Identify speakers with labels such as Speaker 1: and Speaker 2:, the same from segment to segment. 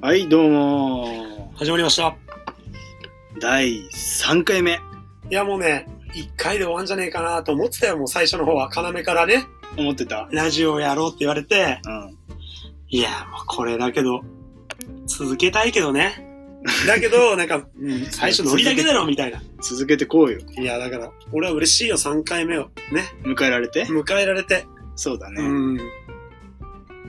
Speaker 1: はい、どうも。
Speaker 2: 始まりました。
Speaker 1: 第3回目。
Speaker 2: いやもうね、一回で終わんじゃねえかなと思ってたよ、もう最初の方は。要からね、
Speaker 1: 思ってた
Speaker 2: ラジオやろうって言われて、
Speaker 1: うん。
Speaker 2: いや、もうこれだけど、続けたいけどね。だけど、なんか、うん、最初ノリだけだろ、みたいな。
Speaker 1: 続けてこうよ。
Speaker 2: いや、だから、俺は嬉しいよ、3回目を。ね、
Speaker 1: 迎えられて。
Speaker 2: 迎えられて。
Speaker 1: そうだ
Speaker 2: う
Speaker 1: ね。
Speaker 2: ん。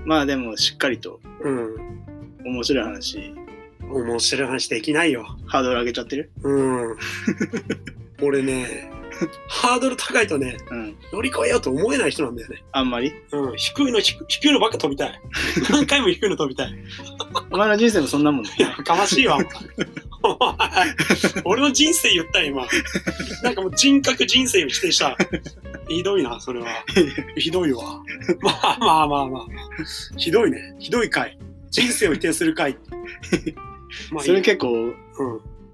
Speaker 1: まあでも、しっかりと
Speaker 2: うん。
Speaker 1: 面白い話、
Speaker 2: 面白い話できないよ。
Speaker 1: ハードル上げちゃってる
Speaker 2: うん。俺ね、ハードル高いとね、
Speaker 1: うん。
Speaker 2: 乗り越えようと思えない人なんだよね。
Speaker 1: あんまり
Speaker 2: うん、低いの、低い低いのばっか飛びたい。何回も低いの飛びた い。
Speaker 1: お前の人生もそんなもんだ
Speaker 2: い
Speaker 1: よ
Speaker 2: や、かましいわ。お前俺の人生言った今。なんかもう人格人生を否定した。ひどいな、それは。ひどいわ。まあまあまあまあ。ひどいね。ひどい回。人生を否定する回。まあいい
Speaker 1: それ結構、
Speaker 2: うん。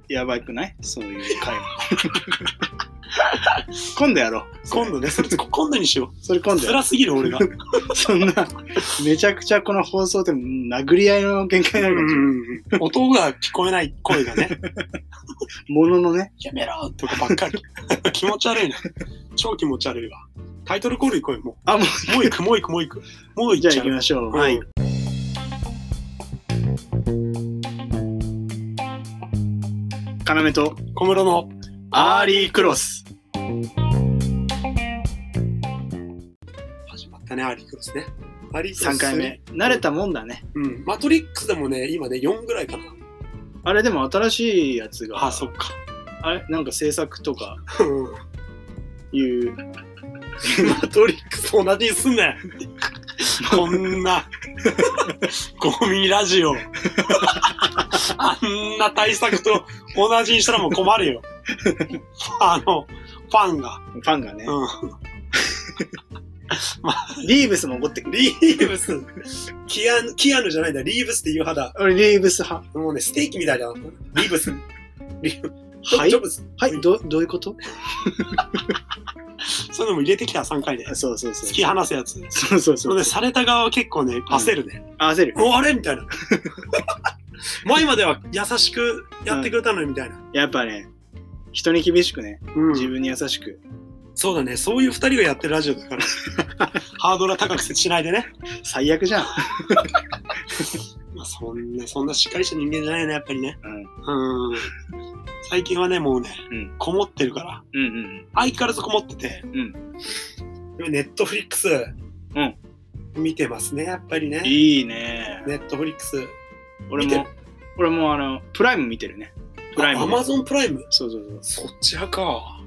Speaker 1: やばくないそういう回も。今度やろう。
Speaker 2: 今度ね、それ今度にしよ
Speaker 1: それ
Speaker 2: う。
Speaker 1: 今度やろ
Speaker 2: 辛すぎる俺が。う
Speaker 1: う。そんな、めちゃくちゃこの放送でもうん殴り合いの限界になるかもしれない。
Speaker 2: ん音が聞こえない声がね。
Speaker 1: もののね。
Speaker 2: やめろとかばっか り。気持ち悪いな。超気持ち悪いわ。タイトルコール行こうよ、も
Speaker 1: あ、もう
Speaker 2: う。もう行く、もう行く、もう行く。もう行
Speaker 1: じゃ
Speaker 2: っ
Speaker 1: あ
Speaker 2: ち
Speaker 1: 行
Speaker 2: ゃ
Speaker 1: き
Speaker 2: う。
Speaker 1: ましょう。
Speaker 2: うん
Speaker 1: はい。要と
Speaker 2: 小室の
Speaker 1: アーリークロス。
Speaker 2: 始まったね、アリクロスね。アリクロス
Speaker 1: 3回目。。慣れたもんだね。
Speaker 2: うん。マトリックスでもね、今ね、4ぐらいかな。
Speaker 1: あれでも新しいやつが、
Speaker 2: あ、そっか。
Speaker 1: あれなんか制作とか
Speaker 2: うん
Speaker 1: いう、
Speaker 2: マトリックスと同じにすんなよ。こん な、ゴミラジオ。あんな対策と同じにしたらもう困 るよ。あの、ファンが。
Speaker 1: ファンがね、
Speaker 2: う
Speaker 1: リーブスも怒ってく
Speaker 2: ん。
Speaker 1: る。
Speaker 2: リーブス。キアヌ、キアヌじゃないんだ。リーブスっていう派だ。
Speaker 1: 俺リーブス派。
Speaker 2: もうね、ステーキみたいだな。リーブス。リーブス。
Speaker 1: はい
Speaker 2: ジョブズ。
Speaker 1: はい、ど、どういうこと
Speaker 2: そういうのも入れてきた、3回で。
Speaker 1: あそうそうそ
Speaker 2: 突
Speaker 1: う。
Speaker 2: き放すやつ。
Speaker 1: そうそう
Speaker 2: それ
Speaker 1: そう。
Speaker 2: でされた側は結構ね、焦るね。
Speaker 1: あ焦る。
Speaker 2: おあれみたいな。 前までは優しくやってくれたのにみたいな。
Speaker 1: やっぱね、人に厳しくね、
Speaker 2: うん
Speaker 1: 自分に優しく。
Speaker 2: そうだね。そういう二人がやってるラジオだ から。ハードルは高くしないでね。
Speaker 1: 最悪じゃん。
Speaker 2: まあ、そんな、そんなしっかりした人間じゃないね、やっぱりね。
Speaker 1: うん。
Speaker 2: うん。最近はね、もうね、
Speaker 1: うん
Speaker 2: こもってるから。
Speaker 1: うんうん
Speaker 2: 相変わらずこもってて、
Speaker 1: ん
Speaker 2: ネットフリックス、
Speaker 1: ん
Speaker 2: 見てますね、やっぱり
Speaker 1: うん。
Speaker 2: ね。
Speaker 1: いいね。
Speaker 2: ネットフリックス、
Speaker 1: 俺
Speaker 2: 見て
Speaker 1: も
Speaker 2: る、
Speaker 1: 俺もあの、プライム見てるね。プライム
Speaker 2: ア
Speaker 1: で。
Speaker 2: マゾンプライム。
Speaker 1: そうそうそう。
Speaker 2: そっち派か。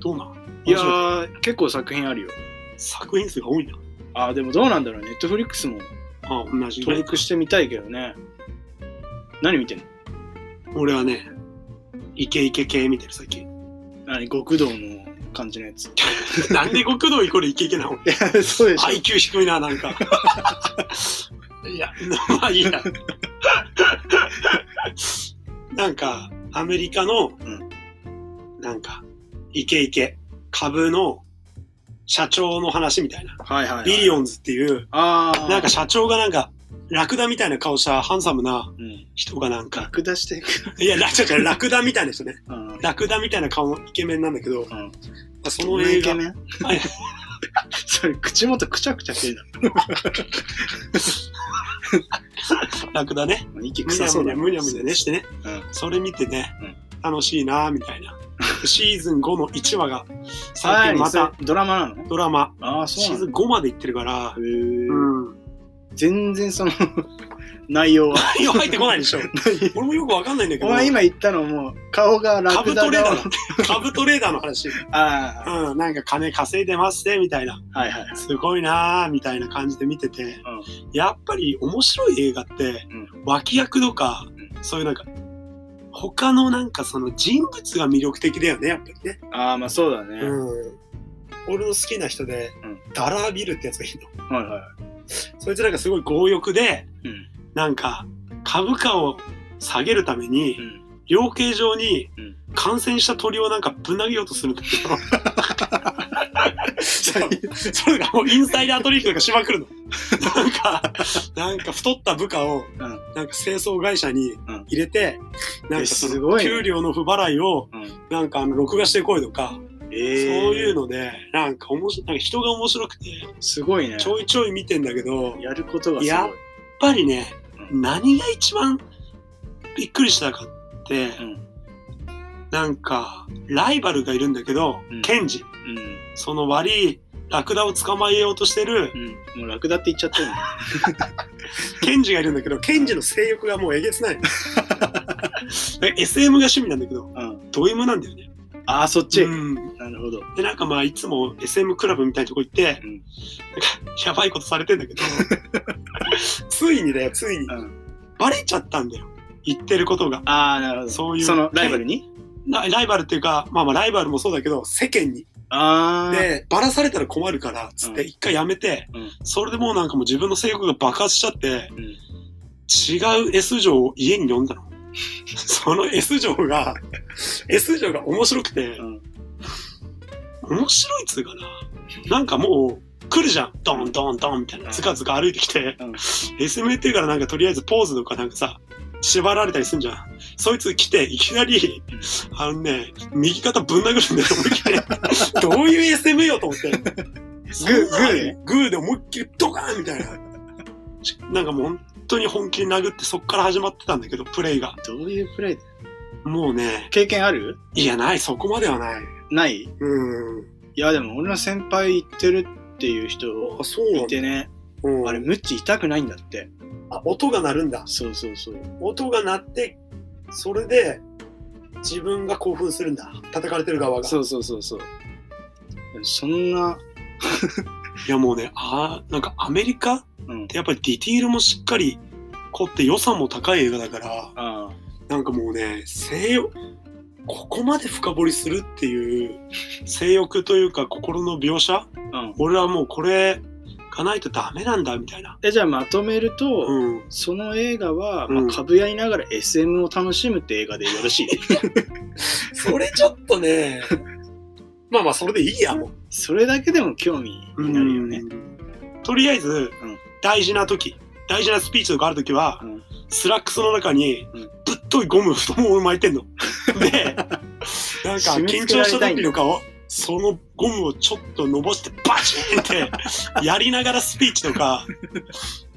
Speaker 2: どうなん
Speaker 1: いや
Speaker 2: 面白
Speaker 1: ー、結構作品あるよ。
Speaker 2: 作品数が多いな。
Speaker 1: あー、でもどうなんだろうね。ネットフリックスも
Speaker 2: あ同じ
Speaker 1: 登
Speaker 2: ね。
Speaker 1: 録してみたいけどね。何見てんの
Speaker 2: 俺はね、イケイケ系見てる、最近。
Speaker 1: 何極道の感じのやつ。 い
Speaker 2: なんで極道イコールイケイケなの
Speaker 1: や、そうでしょ。
Speaker 2: IQ 低いな、なんか。いや、まあいいや。なんか、アメリカの、なんか、イケイケ、株の社長の話みたいな。
Speaker 1: はいはい、はい。
Speaker 2: ビリ
Speaker 1: ン。
Speaker 2: オンズっていう、
Speaker 1: あー。
Speaker 2: なんか、社長がなんか、ラクダみたいな顔したハンサムな
Speaker 1: うん。
Speaker 2: 人がなんか、
Speaker 1: 落出していく。
Speaker 2: いや、ラ違う違うラクダみたいな人ね。
Speaker 1: うん。
Speaker 2: ラクダみたいな顔のイケメンなんだけど、まあそ
Speaker 1: こ
Speaker 2: の
Speaker 1: の
Speaker 2: 映
Speaker 1: イ
Speaker 2: 画
Speaker 1: ケ、メン
Speaker 2: はい
Speaker 1: それ、口元くちゃくちゃしてる
Speaker 2: ラクダね、
Speaker 1: な。息
Speaker 2: むに
Speaker 1: 臭
Speaker 2: ゃ
Speaker 1: そ
Speaker 2: む
Speaker 1: う
Speaker 2: に
Speaker 1: だ
Speaker 2: ゃむにゃむにゃねしてね、
Speaker 1: うん
Speaker 2: それ見てね、
Speaker 1: うん
Speaker 2: 楽しいなぁみた いなシーズン5の1話が
Speaker 1: 最近
Speaker 2: 最近
Speaker 1: ま
Speaker 2: ま
Speaker 1: た
Speaker 2: た。
Speaker 1: ドラマなの
Speaker 2: ドラマ
Speaker 1: あー、そう
Speaker 2: シ
Speaker 1: な
Speaker 2: ー
Speaker 1: の
Speaker 2: ズン5までいってるから
Speaker 1: へ、ー
Speaker 2: うん、
Speaker 1: 全然その 内容は。
Speaker 2: 内容入ってこないでしょ 俺もよくわかんないんだけ
Speaker 1: お
Speaker 2: ど
Speaker 1: 前今言ったのもう顔がラ
Speaker 2: 株
Speaker 1: クダ
Speaker 2: トレーダ
Speaker 1: だ
Speaker 2: ーの株トレーダーの話、う
Speaker 1: あ
Speaker 2: ん、なんか金稼いでますねみたいな
Speaker 1: あ、はいはい。
Speaker 2: すごいなぁみたいな感じで見てて、
Speaker 1: ん
Speaker 2: やっぱり面白い映画って、脇役とか、
Speaker 1: ん
Speaker 2: そういうなんか他のなんかその人物が魅力的だよねやっぱりね
Speaker 1: ああ、まあそうだね。
Speaker 2: うん、俺の好きな人で、
Speaker 1: うん
Speaker 2: ダラービルってやつがいるの。
Speaker 1: はいはい。
Speaker 2: そいつなんかすごい強欲で、
Speaker 1: うん。
Speaker 2: なんか株価を下げるために、
Speaker 1: うん。
Speaker 2: 養鶏場に
Speaker 1: うん
Speaker 2: 感染した鳥をなんかぶん投げようとする んだけど、それがもうインサイダー取引とかしまくるの。なんか、なんか太った部下を、
Speaker 1: ん
Speaker 2: なんか清掃会社に入れて、なんかそ
Speaker 1: えす
Speaker 2: の
Speaker 1: ごいね
Speaker 2: 給料の不払いを、
Speaker 1: うん
Speaker 2: なんかあの、録画してこいとか、
Speaker 1: え
Speaker 2: そういう
Speaker 1: の。
Speaker 2: ので、なんか面白い、なんか人が面白くて、
Speaker 1: すごいね。
Speaker 2: ちょいちょい見てんだけど、やっ
Speaker 1: やることがすごい。
Speaker 2: やぱりね、
Speaker 1: う
Speaker 2: 何が一番びっくりしたかって、
Speaker 1: ん
Speaker 2: なんか、ライバルがいるんだけど、
Speaker 1: うん
Speaker 2: ケンジ。
Speaker 1: うん。
Speaker 2: その悪いラクダを捕まえようとして る
Speaker 1: うん。もうラクダって言っちゃってるの。
Speaker 2: ケンジがいるんだけど、ケンジの性欲がもうえ げつない。SM が趣味なんだけど、
Speaker 1: うん。
Speaker 2: ド M なんだよね。
Speaker 1: ああ、そっち。
Speaker 2: うん
Speaker 1: なるほど。
Speaker 2: で、なんかまあ、いつも SM クラブみたいなとこ行って、
Speaker 1: うん
Speaker 2: なんか、やばいことされてんだ けど、ついにだよ、ついに。
Speaker 1: うん。
Speaker 2: バレちゃったんだよ。言ってることが。
Speaker 1: ああ、なるほど。
Speaker 2: そういう
Speaker 1: そのライバルに
Speaker 2: なライバルっていうか、まあまあ、ライバルもそうだけど、世間に。
Speaker 1: ああ。
Speaker 2: で、バラされたら困るから、つって、
Speaker 1: うん
Speaker 2: 一回やめて、
Speaker 1: うん
Speaker 2: それでもうなんかもう自分の性欲が爆発しちゃって、
Speaker 1: うん
Speaker 2: 違う S 嬢を家に呼 んだの。その S 嬢が、S 嬢が面白くて、
Speaker 1: うん
Speaker 2: 面白いっつうかな。なんかもう、来るじゃん。ドンドンドンみたいな。
Speaker 1: うん
Speaker 2: ずかずか歩いてきて、
Speaker 1: うん
Speaker 2: SM やってるからなんかとりあえずポーズとかなんかさ、縛られたりすんじゃん。そいつ来て、いきなり、あのね、右肩ぶん殴るんだよ、思いっき り。どういう SM よと思って。グー、
Speaker 1: グーね
Speaker 2: グーで思いっきりドカーンみたいな。しなんかもう本当に本気に殴ってそっから始まってたんだけど、プレイが。
Speaker 1: どういうプレイだ
Speaker 2: もうね、
Speaker 1: 経験ある
Speaker 2: いや、ない、そこまではない。
Speaker 1: ないいうや、でも俺の先輩行ってるっていう人
Speaker 2: ん。あ、そうないんだ。
Speaker 1: てね、
Speaker 2: うん、
Speaker 1: あれ、ムッチ痛くないんだって。
Speaker 2: あ、音が鳴るんだ。
Speaker 1: そうそうそう。
Speaker 2: 音が鳴って、それで、自分が興奮するんだ。叩かれてる側が。
Speaker 1: そうそうそうそう。そんな、
Speaker 2: いや、もうね、あーなんかアメリカっ
Speaker 1: うん。
Speaker 2: てやっぱりディティールもしっかり凝って予算も高い映画だから、
Speaker 1: あ
Speaker 2: なんかもうね、性欲、ここまで深掘りするっていう、性欲というか心の描写
Speaker 1: あ。うん。
Speaker 2: 俺はもうこれがないとダメなんだ、みたいな。
Speaker 1: え、じゃあまとめると、
Speaker 2: うん。
Speaker 1: その映画は、ま
Speaker 2: う
Speaker 1: あ、
Speaker 2: ん
Speaker 1: かぶやりながら SM を楽しむって映画でよろ しい。
Speaker 2: それちょっと ね、まあまあ、それでいいや、もう。
Speaker 1: それだけでも興味になるよね。
Speaker 2: うんとりあえず、
Speaker 1: ん
Speaker 2: 大事な時大事なスピーチとかある時は、
Speaker 1: うん
Speaker 2: スラックスの中に、
Speaker 1: うん
Speaker 2: ぶっといゴム太ももを巻いてんの。 でなんか
Speaker 1: 締め
Speaker 2: 緊
Speaker 1: 付けら
Speaker 2: 張
Speaker 1: れ
Speaker 2: した
Speaker 1: いんだ
Speaker 2: た時とかをそのゴムをちょっと伸ばしてバチーン ってやりながらスピーチとか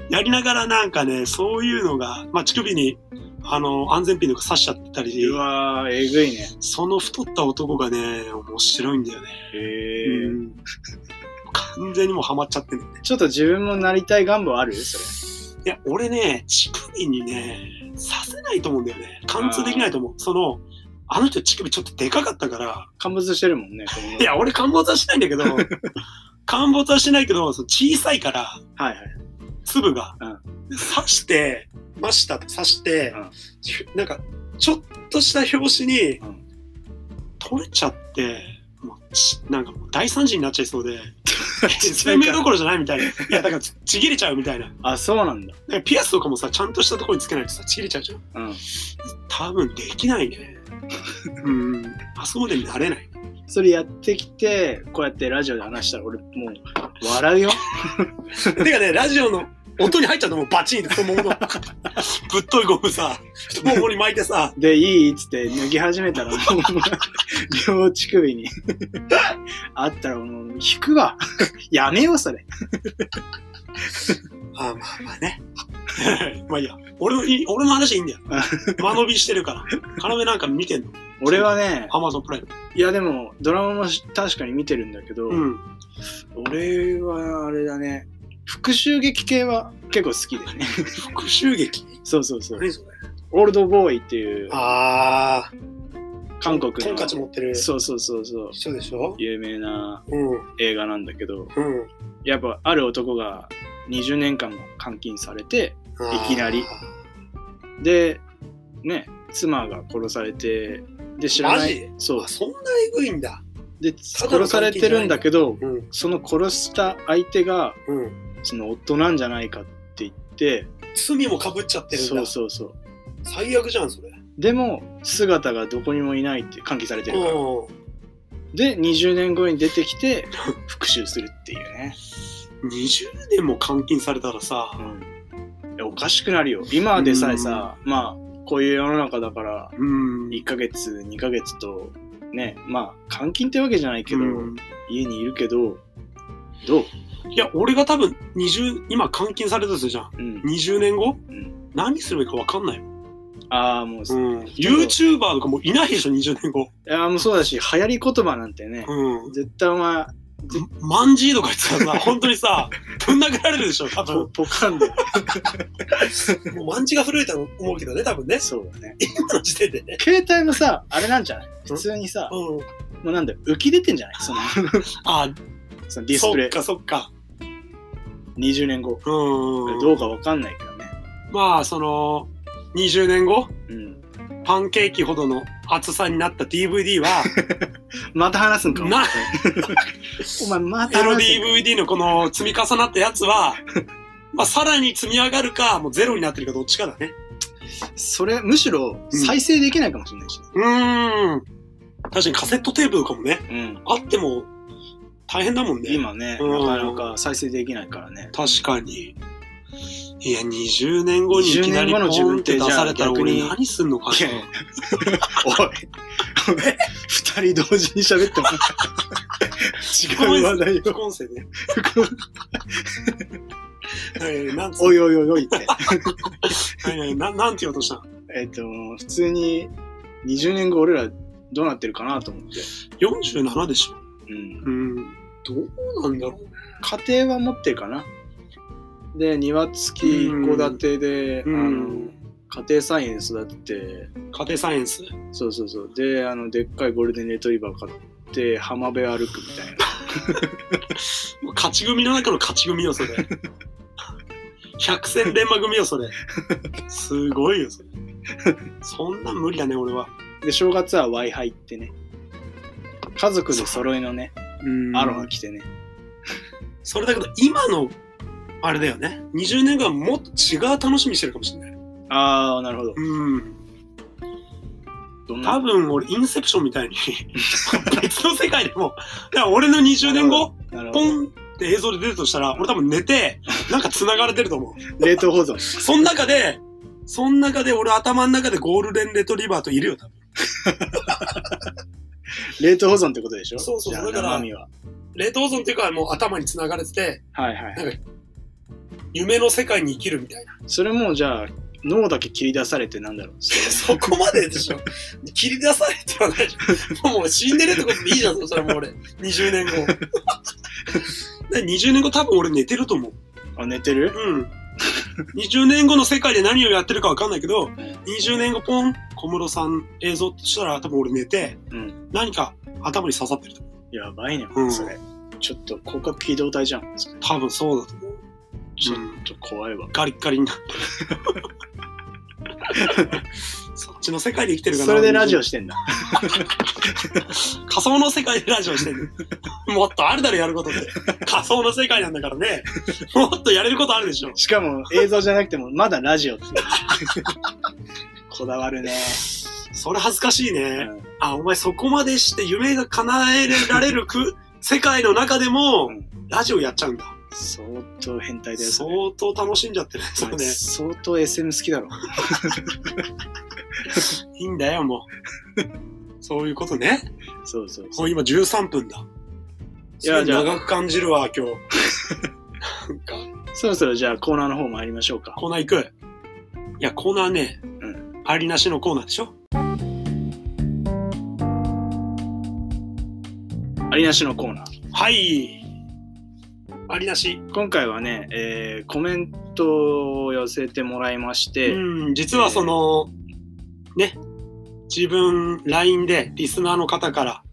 Speaker 2: やりながらなんかねそういうのが、まあ、乳首にあの安全ピンとか刺しちゃってたり
Speaker 1: うわー、えぐいね。
Speaker 2: その太った男がね面白いんだよね。
Speaker 1: へー
Speaker 2: うん完全にもうハマっちゃってんだよね。
Speaker 1: ちょっと自分もなりたい願望あるそれ。
Speaker 2: いや、俺ね、乳首にね、させないと思うんだよね。貫通できないと思う。その、あの人乳首ちょっとでかかったから、
Speaker 1: 陥没してるもんね。この
Speaker 2: いや、俺陥没はしない んだけど、陥没はしないけど、その小さいから、
Speaker 1: はいはい。
Speaker 2: 粒が。
Speaker 1: うん
Speaker 2: 刺して、真下と刺して、
Speaker 1: うん
Speaker 2: ひゅなんか、ちょっとした拍子に
Speaker 1: うん、
Speaker 2: 取れちゃって、もうちなんかもう大惨事になっちゃいそう で、説
Speaker 1: い
Speaker 2: 明どころじゃないみたいな。いや、だからちちぎれちゃうみたいな。
Speaker 1: あ、そうなんだ。
Speaker 2: なんかピアスとかもさ、ちゃんとしたところにつけないとさ、ちぎれちゃうじゃん。
Speaker 1: うん。
Speaker 2: 多分できないね。うん。あそこまで慣れない。
Speaker 1: それやってきて、こうやってラジオで話したら俺もう笑うよ。
Speaker 2: てかね、ラジオの音に入っちゃうともうバチンって太ももの。ぶっといゴムさ、太ももに巻いてさ、
Speaker 1: で、いいっつって脱ぎ始めたらもう、両乳首に。あったらもう引くわ。やめよう、それ。
Speaker 2: あまあまあね。 まあいいや。俺のいい、俺の話いいんだよ。間延びしてるから。要なんか見てんの。
Speaker 1: 俺はね、
Speaker 2: アマゾンプライム。
Speaker 1: いやでも、ドラマも確かに見てるんだけど、
Speaker 2: うん。
Speaker 1: 俺はあれだね、復讐劇系は結構好きだよね。
Speaker 2: 復讐劇
Speaker 1: そうそうそう。
Speaker 2: 何それ
Speaker 1: オールドボーイっていう
Speaker 2: ああ、
Speaker 1: 韓国
Speaker 2: トン
Speaker 1: の
Speaker 2: カチ持ってる
Speaker 1: そうそうそうそう
Speaker 2: 人でしょ
Speaker 1: 有名な
Speaker 2: うん。う
Speaker 1: 映画なんだけど
Speaker 2: ん。
Speaker 1: やっぱある男が20年間も監禁されていきなりでね妻が殺されてで知らな
Speaker 2: マ
Speaker 1: い
Speaker 2: あ
Speaker 1: そ
Speaker 2: ー。
Speaker 1: う
Speaker 2: あそんなエグいんだ。
Speaker 1: で
Speaker 2: ただの
Speaker 1: 殺されてるんだけど
Speaker 2: うん。
Speaker 1: その殺した相手が
Speaker 2: うん。
Speaker 1: その夫なんじゃないかって言って
Speaker 2: 罪もかぶっちゃってるんだ
Speaker 1: そうそうそう
Speaker 2: 最悪じゃんそれ
Speaker 1: でも姿がどこにもいないって監禁されてるから
Speaker 2: うん
Speaker 1: で20年後に出てきて復讐するっていうね
Speaker 2: 20年も監禁されたらさ、
Speaker 1: うん、いやおかしくなるよ今でさえさ、まあこういう世の中だから
Speaker 2: うん。
Speaker 1: 1ヶ月2ヶ月とねまあ監禁ってわけじゃないけど、
Speaker 2: うん
Speaker 1: 家にいるけどどう、
Speaker 2: いや、俺が多分20、今監禁されたとするじゃん。
Speaker 1: うん、
Speaker 2: 20年後、
Speaker 1: うん
Speaker 2: 何すればいいか分かんないもん。
Speaker 1: ああもう、
Speaker 2: う
Speaker 1: い
Speaker 2: ん。YouTuber とかもういないでしょ、20年後。
Speaker 1: やもうそうだし流行り言葉なんてね、
Speaker 2: うん。
Speaker 1: 絶対お前
Speaker 2: マンジーとか言ってた らさ、本当にさ、ぶん殴られるでしょ、多
Speaker 1: ポ
Speaker 2: 分。
Speaker 1: ポカ ンで
Speaker 2: もうマンジーが震えたと思うけどね、多分ね。
Speaker 1: そうだね
Speaker 2: 今の時点でね。
Speaker 1: 携帯もさあれなんじゃない普通にさ
Speaker 2: うん。
Speaker 1: もうなんだよ浮き出てんじゃ ないその
Speaker 2: あ、
Speaker 1: そのディスプレ
Speaker 2: そっかそっか。
Speaker 1: イ20年後
Speaker 2: うん。
Speaker 1: どうかわかんないけどね
Speaker 2: まあ、その、20年後、
Speaker 1: うん
Speaker 2: パンケーキほどの厚さになった DVD は、
Speaker 1: また話すんか
Speaker 2: な
Speaker 1: お前また
Speaker 2: エロ
Speaker 1: 話すんか
Speaker 2: DVD のこの積み重なったやつは、まあ、さらに積み上がるか、もうゼロになってるかどっちかだね。
Speaker 1: それむしろ再生できないかもしれないし、
Speaker 2: うーん。確かにカセットテープとかもね、
Speaker 1: うん、
Speaker 2: あっても大変だもんね。
Speaker 1: 今ね
Speaker 2: うん
Speaker 1: なかなか再生できないからね
Speaker 2: 確かに。いや、20年後にいきなりポンって出されたら
Speaker 1: 20年後の自分ってじゃあ逆に
Speaker 2: 俺何すんのか
Speaker 1: いやいやおいおい二人同時に喋っても違う話題
Speaker 2: な。
Speaker 1: を
Speaker 2: 副音声ね。えーなんつ
Speaker 1: おいおいおいおいって
Speaker 2: えーななんて言おうとしたの
Speaker 1: えっと普通に20年後俺らどうなってるかなと思って、
Speaker 2: ?47 でしょ。
Speaker 1: うん、
Speaker 2: うん。どうなんだろう。
Speaker 1: 家庭は持ってるかなで庭付き一戸建てで、
Speaker 2: うん。
Speaker 1: あの家庭菜園育てて
Speaker 2: 家庭サイエンス。
Speaker 1: そうそうそうであのでっかいゴールデンレトリバー買って浜辺歩くみたいな
Speaker 2: もう勝ち組の中の勝ち組よ、それ。 百戦錬磨組よ、それ。すごいよ、それ。そんなん無理だね、俺は。
Speaker 1: で正月はワイハイってね家族で揃いのね
Speaker 2: うん
Speaker 1: アロハ着てね
Speaker 2: それだけど、今の、あれだよね。20年間もっと違う楽しみしてるかもしれない。
Speaker 1: ああなるほど
Speaker 2: うん。
Speaker 1: どん
Speaker 2: 多
Speaker 1: な
Speaker 2: 分、俺、インセプションみたいに、 別の世界でも、だから俺の20年後、
Speaker 1: なるほ
Speaker 2: ポ
Speaker 1: ど
Speaker 2: ンって映像で出るとしたら、俺多分寝て、なんか繋がれてると思う。
Speaker 1: 冷凍保存
Speaker 2: その中で、その中で俺頭の中でゴールデンレトリバーといるよ、多分
Speaker 1: 冷凍保存ってことでしょ
Speaker 2: そうそう
Speaker 1: じゃあ
Speaker 2: だから
Speaker 1: 生身は
Speaker 2: 冷凍保存っていうかもう頭に繋がれてて、
Speaker 1: はいはい
Speaker 2: 夢の世界に生きるみたいな。
Speaker 1: それもうじゃあ脳だけ切り出されてなんだろうそれ
Speaker 2: そこまででしょ。切り出されてはないでしょ。もう死んでるってことでいいじゃん、そしたらもう俺。20年後。で20年後多分俺寝てると思う。
Speaker 1: あ寝てる
Speaker 2: うん。20年後の世界で何をやってるかわかんないけど、20年後ポン、小室さん映像としたら多分俺寝て、
Speaker 1: うん
Speaker 2: 何か頭に刺さってると思う。
Speaker 1: やばいね、
Speaker 2: うん
Speaker 1: それ。ちょっと広角機動隊じゃん。ちょっ
Speaker 2: 多分そうだと思う。うん
Speaker 1: と怖いわ。
Speaker 2: ガリッガリに なって。そっちの世界で生きてるかな。
Speaker 1: それでラジオしてんだ。
Speaker 2: 仮想の世界でラジオし てる。もっとあるだろ、やることって。仮想の世界なんだからね。もっとやれることあるでしょ。
Speaker 1: しかも映像じゃなくても、まだラジオって。 こだわるね。
Speaker 2: それ恥ずかしいね。
Speaker 1: うん
Speaker 2: あ、お前そこまでして夢が叶えられるく世界の中でも
Speaker 1: うん、
Speaker 2: ラジオやっちゃうんだ。
Speaker 1: 相当変態だよ、
Speaker 2: 相
Speaker 1: それ
Speaker 2: 当楽しんじゃってる。それね。
Speaker 1: 相当 SM 好きだろ。
Speaker 2: いいんだよ、も う。そういうことね。
Speaker 1: そうそうそ
Speaker 2: もう今13分だ。
Speaker 1: いや
Speaker 2: すごい長く感じるわ、 今日。なんか、
Speaker 1: う。そろそろじゃあコーナーの方参りましょうか。
Speaker 2: コーナー行くいや、コーナーね、
Speaker 1: ん
Speaker 2: ありなしのコーナーでしょ
Speaker 1: ありなしのコーナー。
Speaker 2: はい。ありなし。
Speaker 1: 今回はね、えーコメントを寄せてもらいまして、
Speaker 2: うん、実はその、ね、自分、LINE でリスナーの方から、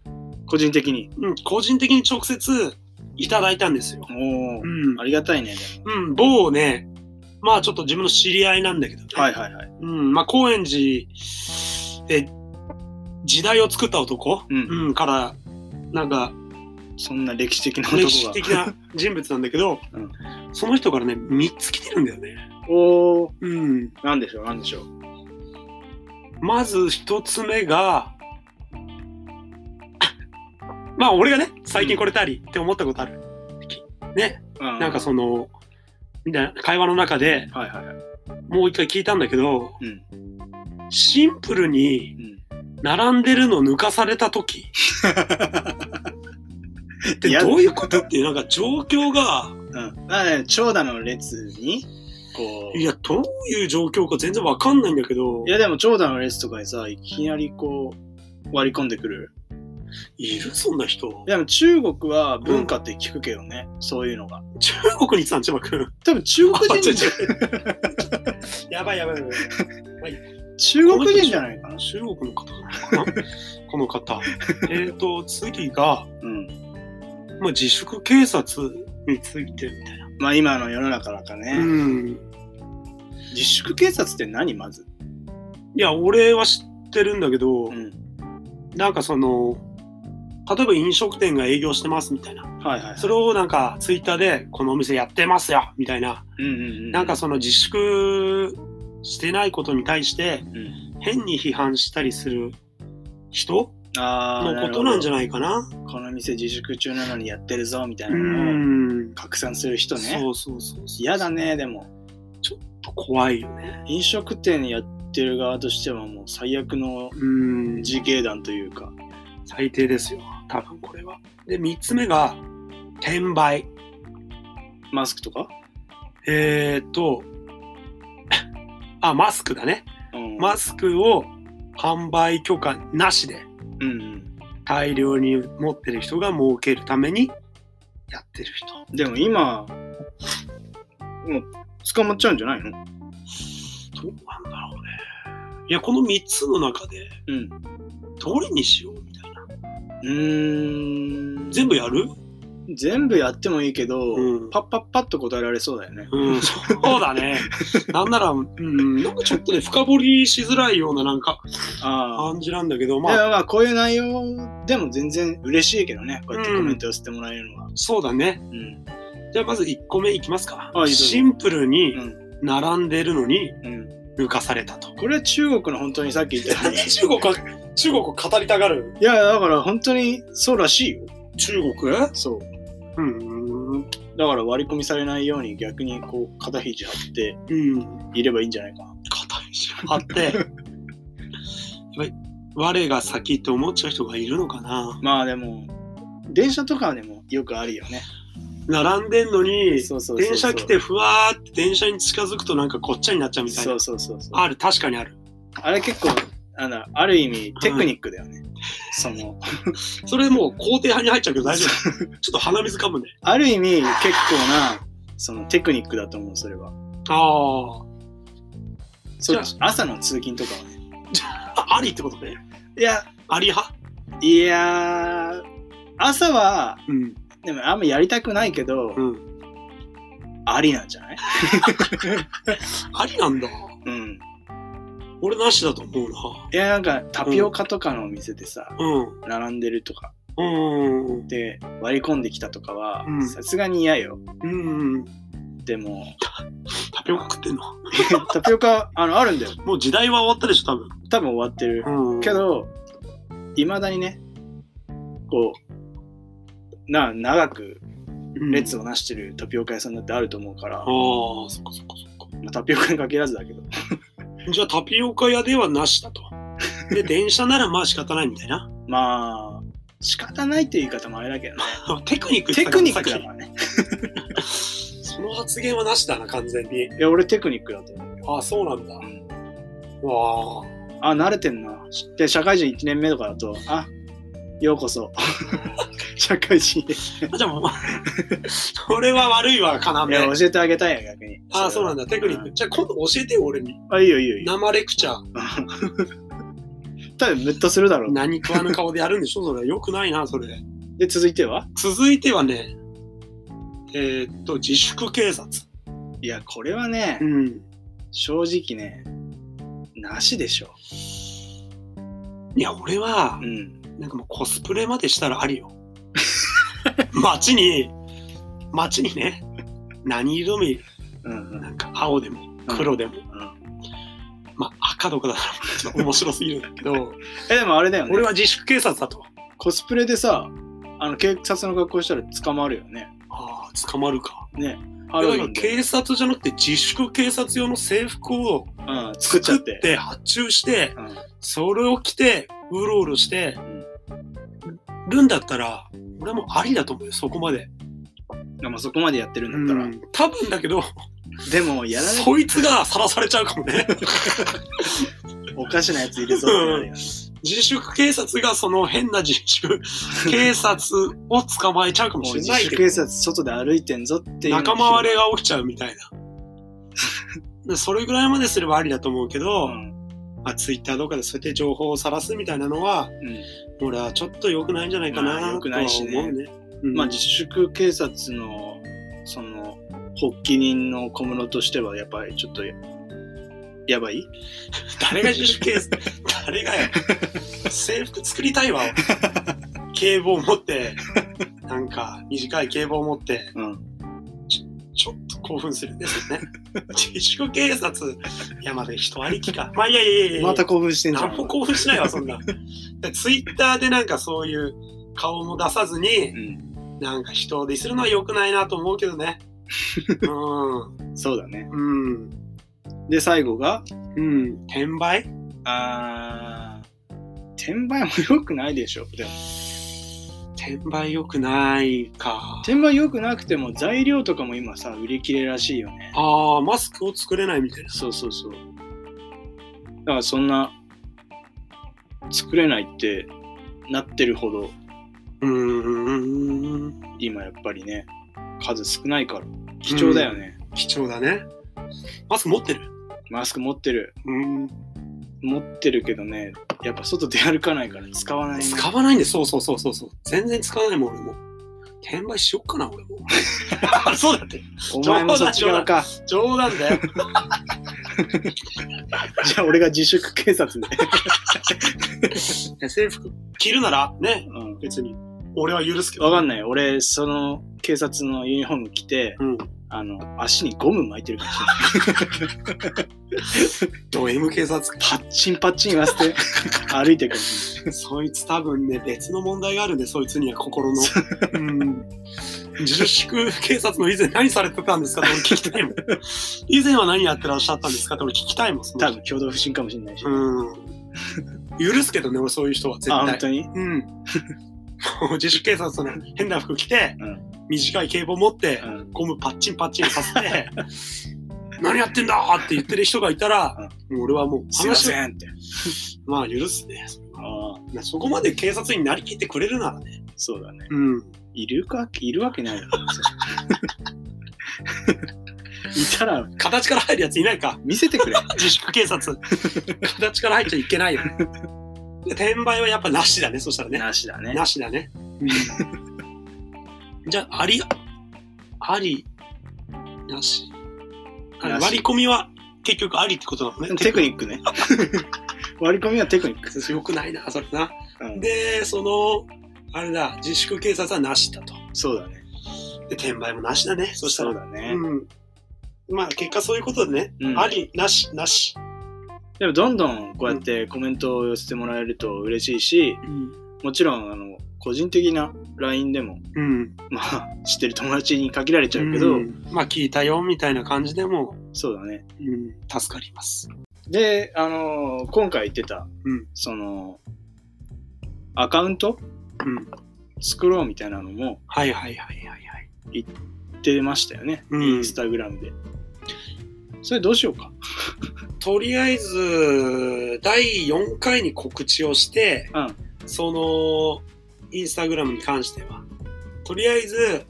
Speaker 1: 個人的に。
Speaker 2: うん、個人的に直接いただいたんですよ。
Speaker 1: おお、
Speaker 2: うん
Speaker 1: あ。りがたいね。
Speaker 2: うん、某ね、まあちょっと自分の知り合いなんだけど、ね、
Speaker 1: はいはいはい。
Speaker 2: うん、まあ、高円寺で時代を作った男、
Speaker 1: うん
Speaker 2: うん、から、なんか、
Speaker 1: そんな歴史的な男
Speaker 2: 歴史
Speaker 1: が。
Speaker 2: 的な人物なんだけど、
Speaker 1: うん
Speaker 2: その人からね、3つ来てるんだよね。
Speaker 1: おお、
Speaker 2: うん。
Speaker 1: なんでしょう、なんでしょう。
Speaker 2: まず1つ目が、 まあ、俺がね、最近これたりって思ったことある。ね、
Speaker 1: うん
Speaker 2: なんかその、みんな会話の中で
Speaker 1: はいはいはい。
Speaker 2: もう一回聞いたんだけど、
Speaker 1: うん。
Speaker 2: シンプルに
Speaker 1: うん。
Speaker 2: 並んでるの抜かされ た時って
Speaker 1: いや
Speaker 2: どういうことっていう、なんか状況が、
Speaker 1: うん。まあね、長蛇の列に、こう。
Speaker 2: いや、どういう状況か全然わかんないんだけど
Speaker 1: い、やでも長蛇の列とかにさ、いきなりこう、割り込んでくる。
Speaker 2: いるそんな人。
Speaker 1: でも中国は文化って聞くけどね、そういうのが。
Speaker 2: 中国に行ってたん、千葉君。
Speaker 1: 多分中国
Speaker 2: あ違
Speaker 1: 人
Speaker 2: う
Speaker 1: じゃ、
Speaker 2: 違う やばいやばいやばい。
Speaker 1: 中国人じゃないかな。
Speaker 2: 中国の方かな この方。えっと、次が、
Speaker 1: うん。
Speaker 2: まあ、自粛警察についてみたいな。
Speaker 1: まあ今の世の中だからね。
Speaker 2: うん。
Speaker 1: 自粛警察って何まず。
Speaker 2: いや、俺は知ってるんだけど、
Speaker 1: ん。
Speaker 2: なんかその、例えば飲食店が営業してますみたいな。
Speaker 1: はいはいはい。
Speaker 2: それをなんかツイッターで、このお店やってますよみたいな。
Speaker 1: うんうんうん。
Speaker 2: なんかその自粛してないことに対して、
Speaker 1: うん、
Speaker 2: 変に批判したりする人
Speaker 1: ああ、
Speaker 2: のことなんじゃ
Speaker 1: な
Speaker 2: ないかな。
Speaker 1: るほどこの店自粛中なのにやってるぞみたいうなのを
Speaker 2: ん。
Speaker 1: 拡散する人ね。
Speaker 2: そうそうそうそう。
Speaker 1: 嫌だね、でも。
Speaker 2: 怖いよね。
Speaker 1: 飲食店やってる側としてはもう最悪の
Speaker 2: うん、
Speaker 1: 自警団というか。
Speaker 2: 最低ですよ。多分これは。で、3つ目が、転売。
Speaker 1: マスクとか、
Speaker 2: えーっと、 あ、マスクだね。
Speaker 1: うん、
Speaker 2: マスクを販売許可なしで
Speaker 1: うんうん。
Speaker 2: 大量に持ってる人が儲けるためにやってる人。
Speaker 1: でも今、もう捕まっちゃうんじゃないの
Speaker 2: どうなんだろうね。いや、この3つの中で、
Speaker 1: うん。
Speaker 2: どれにしようみたいな。
Speaker 1: うーん。
Speaker 2: 全部やる
Speaker 1: 全部やってもいいけど、
Speaker 2: うん
Speaker 1: パッパッパッと答えられそうだよね。
Speaker 2: うん、そうだ ね。なんなら、うん、なんかちょっとね、深掘りしづらいようななんか
Speaker 1: ああ。
Speaker 2: 感じなんだけど、
Speaker 1: まあ、
Speaker 2: まあ、
Speaker 1: まあこういう内容でも全然嬉しいけどね、こうやってコメント寄せてもらえるのは。
Speaker 2: そうだね。
Speaker 1: うん。
Speaker 2: じゃあまず1個目いきますか
Speaker 1: いい。ぞ
Speaker 2: シンプルに
Speaker 1: うん。
Speaker 2: 並んでるのに
Speaker 1: うん。
Speaker 2: 抜かされたと。
Speaker 1: これは中国の本当にさっき言ったように。
Speaker 2: 中国は、中国を語りたがる
Speaker 1: いや、だから本当にそうらしいよ。
Speaker 2: 中国
Speaker 1: そう。
Speaker 2: うん、
Speaker 1: だから割り込みされないように逆にこう、肩肘張って
Speaker 2: うん、語
Speaker 1: いればいいんじゃないかな。
Speaker 2: りしあって、やっぱり我が先って思っちゃう人がいるのかな。
Speaker 1: まあでも、電車とかでもよくあるよね。
Speaker 2: 並んでんのに、
Speaker 1: そうそうそうそう。
Speaker 2: 電車来てふわーって電車に近づくとなんかこっちゃになっちゃうみたいな
Speaker 1: そう。そうそうそう。
Speaker 2: ある、確かにある。
Speaker 1: あれ結構、あの、ある意味テクニックだよね。その、
Speaker 2: それもう肯定派に入っちゃうけど大丈夫。ちょっと鼻水かむね。
Speaker 1: ある意味結構な、そのテクニックだと思う、それは。
Speaker 2: あ
Speaker 1: そ
Speaker 2: じゃ
Speaker 1: う
Speaker 2: あ
Speaker 1: 朝の通勤とかはね。
Speaker 2: あ。ありってことね。
Speaker 1: いや、
Speaker 2: あり派
Speaker 1: いやー朝は、
Speaker 2: うん。
Speaker 1: でもあんまやりたくないけど、
Speaker 2: うん。
Speaker 1: ありなんじゃない
Speaker 2: ありなんだ。
Speaker 1: うん。
Speaker 2: 俺なしだと思う
Speaker 1: いや、なんかタピオカとかのお店でさ、
Speaker 2: な。
Speaker 1: 並んでるとか
Speaker 2: うん。うん。
Speaker 1: で割り込んできたとかは
Speaker 2: うん、
Speaker 1: さすがに嫌よ。
Speaker 2: うん。
Speaker 1: でも、
Speaker 2: タピオカ食ってんの
Speaker 1: タピオカ、あの、あるんだよ。
Speaker 2: もう時代は終わったでしょ、多
Speaker 1: 多分終わってる。
Speaker 2: 分。うん。
Speaker 1: け。ど、いまだにね、こう、な、長く列
Speaker 2: を。
Speaker 1: をなしてるタピオカ屋さんだってあると思うから、
Speaker 2: ああ、そっかそっかそっか。
Speaker 1: まあタピオカに限らずだけど。
Speaker 2: じゃあタピオカ屋ではなしだと。 で、電車ならまあ仕方ないみたいな。
Speaker 1: まあ、仕方ないっていう言い方もあれだけどね。
Speaker 2: テクニックって
Speaker 1: テ
Speaker 2: 言った
Speaker 1: ク
Speaker 2: から
Speaker 1: ニックだか
Speaker 2: さ
Speaker 1: らね。
Speaker 2: っきその発言はなしだな、完全に。
Speaker 1: いや、俺テクニックだと思うよ。
Speaker 2: ああ、そうなんだ。
Speaker 1: うん
Speaker 2: わあ。
Speaker 1: あ、慣れてんな。で、社会人1年目とかだと、あ、ようこ そ。社会人へ。
Speaker 2: あじゃあもう、それは悪いわ、かなめ。
Speaker 1: いや、教えてあげたいよ、逆に。
Speaker 2: ああ、そうなん
Speaker 1: だ。
Speaker 2: だ、テクニック。じゃあ今度教えてよ、俺に。
Speaker 1: あ、いいよ、いいよ、いいよ。
Speaker 2: 生レクチャー。
Speaker 1: 多分ムッとするだろう。
Speaker 2: 何食わぬ顔でやるんでしょそれ。よくないな、それ。
Speaker 1: で、続いては
Speaker 2: 続いてはね、えーっと、自粛警察。
Speaker 1: いや、これはね、
Speaker 2: ん。
Speaker 1: 正直ね、なしでしょ。
Speaker 2: いや、俺は
Speaker 1: う、ん。
Speaker 2: なんかもうコスプレまでしたらありよ。 街に、街にね、何色もいる。
Speaker 1: うんうん。
Speaker 2: なんか青でも、黒でも。まあ、赤とかだから、ちょっと面白すぎるんだけど、
Speaker 1: え、でもあれだよね。
Speaker 2: 俺は自粛警察だと。
Speaker 1: コスプレでさ、あの警察の格好したら捕まるよね。
Speaker 2: ああ、捕まるか。
Speaker 1: ねハ
Speaker 2: だ
Speaker 1: ロウィ
Speaker 2: から
Speaker 1: ンで、
Speaker 2: 警察じゃなくて自粛警察用の制服を
Speaker 1: うん、作
Speaker 2: 作
Speaker 1: っちゃっ
Speaker 2: ってて発注して、
Speaker 1: うん
Speaker 2: それを着て、うろうろしてるんだったら、俺もありだと思うよ、そこまで。
Speaker 1: でもそこまでやってるんだったら、
Speaker 2: うん多分だけど、
Speaker 1: でもやらない
Speaker 2: そいつがさらされちゃうかもね。
Speaker 1: おかしなやつ入れそうってなるよね
Speaker 2: 自粛警察がその変な自 粛警察を捕まえちゃうかも
Speaker 1: もう
Speaker 2: しれ
Speaker 1: 自
Speaker 2: ない
Speaker 1: 主
Speaker 2: けど
Speaker 1: 警、察外で歩いてんぞっていうのを
Speaker 2: 仲間割れが起きちゃうみたいな。それぐらいまですればありだと思うけど、
Speaker 1: うん
Speaker 2: まあ、ツイッターとかでそうやって情報を晒すみたいなのは、俺はちょっと良くないんじゃないかなと
Speaker 1: まあ
Speaker 2: は
Speaker 1: 良
Speaker 2: 思
Speaker 1: く
Speaker 2: う
Speaker 1: ないしね
Speaker 2: ね。
Speaker 1: うんまあ自粛警察のその発起人の小室としてはやっぱりちょっとややばい
Speaker 2: 誰が自主警察 誰がよ制服作りたい わ俺警棒持ってなんか短い警棒持って、
Speaker 1: うん
Speaker 2: ちちょっと興奮するんで すよね自粛警察山で人ありきかまあいやいやいやいや
Speaker 1: また興奮してんじゃ
Speaker 2: 何
Speaker 1: ん
Speaker 2: も興奮しないわそん なツイッターでなんかそういう顔も出さずに
Speaker 1: うん
Speaker 2: なんか人をディスるのは良くないなと思うけどねう
Speaker 1: そうだね
Speaker 2: んうん
Speaker 1: で最後が
Speaker 2: うん転売
Speaker 1: あー転売も良くないでしょでも
Speaker 2: 転売良くないか
Speaker 1: 転売良くなくても材料とかも今さ売り切れらしいよね
Speaker 2: ああ、マスクを作れないみたいな。
Speaker 1: そうそうそうだからそんな作れないってなってるほど
Speaker 2: うーん。
Speaker 1: 今やっぱりね数少ないから貴重だよね、
Speaker 2: 貴重だね。マスク持ってる
Speaker 1: マスク持ってる
Speaker 2: うん。
Speaker 1: 持ってるけどねやっぱ外出歩かないから使わないね、
Speaker 2: 使わないんで、そうそうそうそうそう。全然使わないもん、俺も。転売しよっかな、俺も。 そうだって。
Speaker 1: お前もそっち側か
Speaker 2: 冗談だよ。
Speaker 1: じゃあ俺が自粛警察で、
Speaker 2: 制服着るなら、ね、
Speaker 1: うん、
Speaker 2: 別に。俺は許すけど。
Speaker 1: わかんないよ俺その警察のユニフォーム着て
Speaker 2: うん。
Speaker 1: あの足にゴム巻いてるかもしれない
Speaker 2: ド M 警察
Speaker 1: パッチンパッチン言わせて歩いてくるかもし
Speaker 2: そいつ多分ね、別の問題があるんで、そいつには心の。うん。自粛警察の以前何されてたんですかって俺聞きたいもん。以前は何やってらっしゃったんですかって俺聞きたいもん、そ
Speaker 1: れな
Speaker 2: の
Speaker 1: い多分共同不審かもしれないし、
Speaker 2: うん。許すけどね、俺そういう人は絶
Speaker 1: あ本
Speaker 2: 対。
Speaker 1: 当に
Speaker 2: うん。 もう自主警察の変な服着て、
Speaker 1: うん
Speaker 2: 短い警棒持って、
Speaker 1: うん
Speaker 2: ゴムパッチンパッチンさせ て、何やってんだーって言ってる人がいたら、もう俺はもう
Speaker 1: すいま
Speaker 2: を
Speaker 1: せんって
Speaker 2: まあ許すね。
Speaker 1: ああ
Speaker 2: そこまで警察になりきってくれるならね。
Speaker 1: そうだね
Speaker 2: うん。
Speaker 1: いるかいるわけないだろ いたら
Speaker 2: 形から入るやついないか。
Speaker 1: 見せてくれ
Speaker 2: 自粛 警察。形から入っちゃいけないよね。で転売はやっぱなしだね、そしたらね。
Speaker 1: なしだね
Speaker 2: なしだね。じゃあ、あり、あり、なし。あ
Speaker 1: なし
Speaker 2: 割り込みは結局ありってことだもん ね。
Speaker 1: テクニッ クね割り込みはテクニック、
Speaker 2: よくないな、それな。
Speaker 1: うん、
Speaker 2: で、その、あれだ、自粛警察はなしだと。
Speaker 1: そうだね
Speaker 2: で、転売もなしだね。そした
Speaker 1: そう
Speaker 2: ら。
Speaker 1: だね、
Speaker 2: うん。まあ、結果そういうことでね。
Speaker 1: うん
Speaker 2: あり、なし、なし。
Speaker 1: でもどんどんこうやってコメントを寄せてもらえると嬉しいし
Speaker 2: うん。
Speaker 1: もちろんあの個人的な LINE でも
Speaker 2: うん。
Speaker 1: まあ 知ってる友達に限られちゃうけど、
Speaker 2: うんまあ、聞いたよ、みたいな感じでも、
Speaker 1: そうだね
Speaker 2: うん、助かります。
Speaker 1: であの今回言ってた、
Speaker 2: うん
Speaker 1: そのアカウント
Speaker 2: うん。
Speaker 1: 作ろうみたいなのも
Speaker 2: はいはいはいはいはい。
Speaker 1: 出ましたよね、
Speaker 2: うん
Speaker 1: インスタグラムでそれどうしようか
Speaker 2: とりあえず、第4回に告知をして、
Speaker 1: うん
Speaker 2: その、インスタグラムに関しては。とりあえず、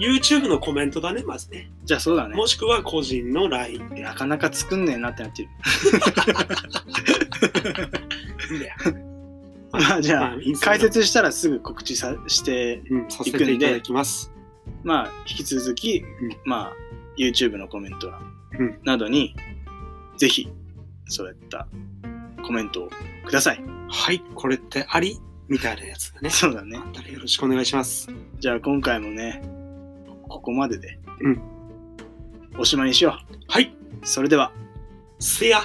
Speaker 2: YouTube のコメントだね、まずね。
Speaker 1: じゃあそうだね
Speaker 2: もしくは個人の LINE で。
Speaker 1: なかなか作んねえなってなってる まあじゃあ
Speaker 2: まあインスタグラ
Speaker 1: 解
Speaker 2: ム
Speaker 1: 説したらすぐ告知さして
Speaker 2: うん、させていただきます。
Speaker 1: まあ引き続き、
Speaker 2: ん
Speaker 1: まあ YouTube のコメント
Speaker 2: うん
Speaker 1: などに、ぜひそういったコメントをください
Speaker 2: はい、これってありみたいなやつ だね。
Speaker 1: そうだね
Speaker 2: あったらよろしくお願いします。
Speaker 1: じゃあ今回もねここまでで、
Speaker 2: うん
Speaker 1: おしまいにしよ
Speaker 2: はい、
Speaker 1: うそれでは
Speaker 2: せや。